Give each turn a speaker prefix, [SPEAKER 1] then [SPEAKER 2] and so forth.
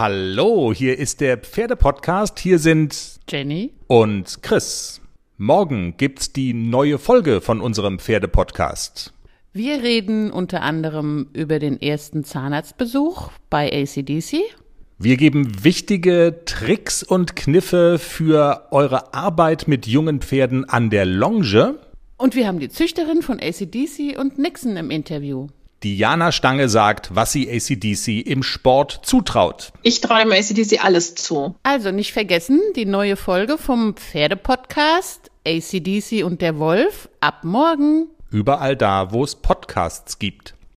[SPEAKER 1] Hallo, hier ist der Pferdepodcast. Hier sind
[SPEAKER 2] Jenny?
[SPEAKER 1] und Chris. Morgen gibt's die neue Folge von unserem Pferdepodcast.
[SPEAKER 2] Wir reden unter anderem über den ersten Zahnarztbesuch bei ACDC.
[SPEAKER 1] Wir geben wichtige Tricks und Kniffe für eure Arbeit mit jungen Pferden an der Longe.
[SPEAKER 2] Und wir haben die Züchterin von ACDC und Nixon im Interview.
[SPEAKER 1] Diana Stange sagt, was sie ACDC im Sport zutraut.
[SPEAKER 3] Ich traue dem ACDC alles zu.
[SPEAKER 2] Also nicht vergessen, die neue Folge vom Pferdepodcast ACDC und der Wolf ab morgen.
[SPEAKER 1] Überall da, wo es Podcasts gibt.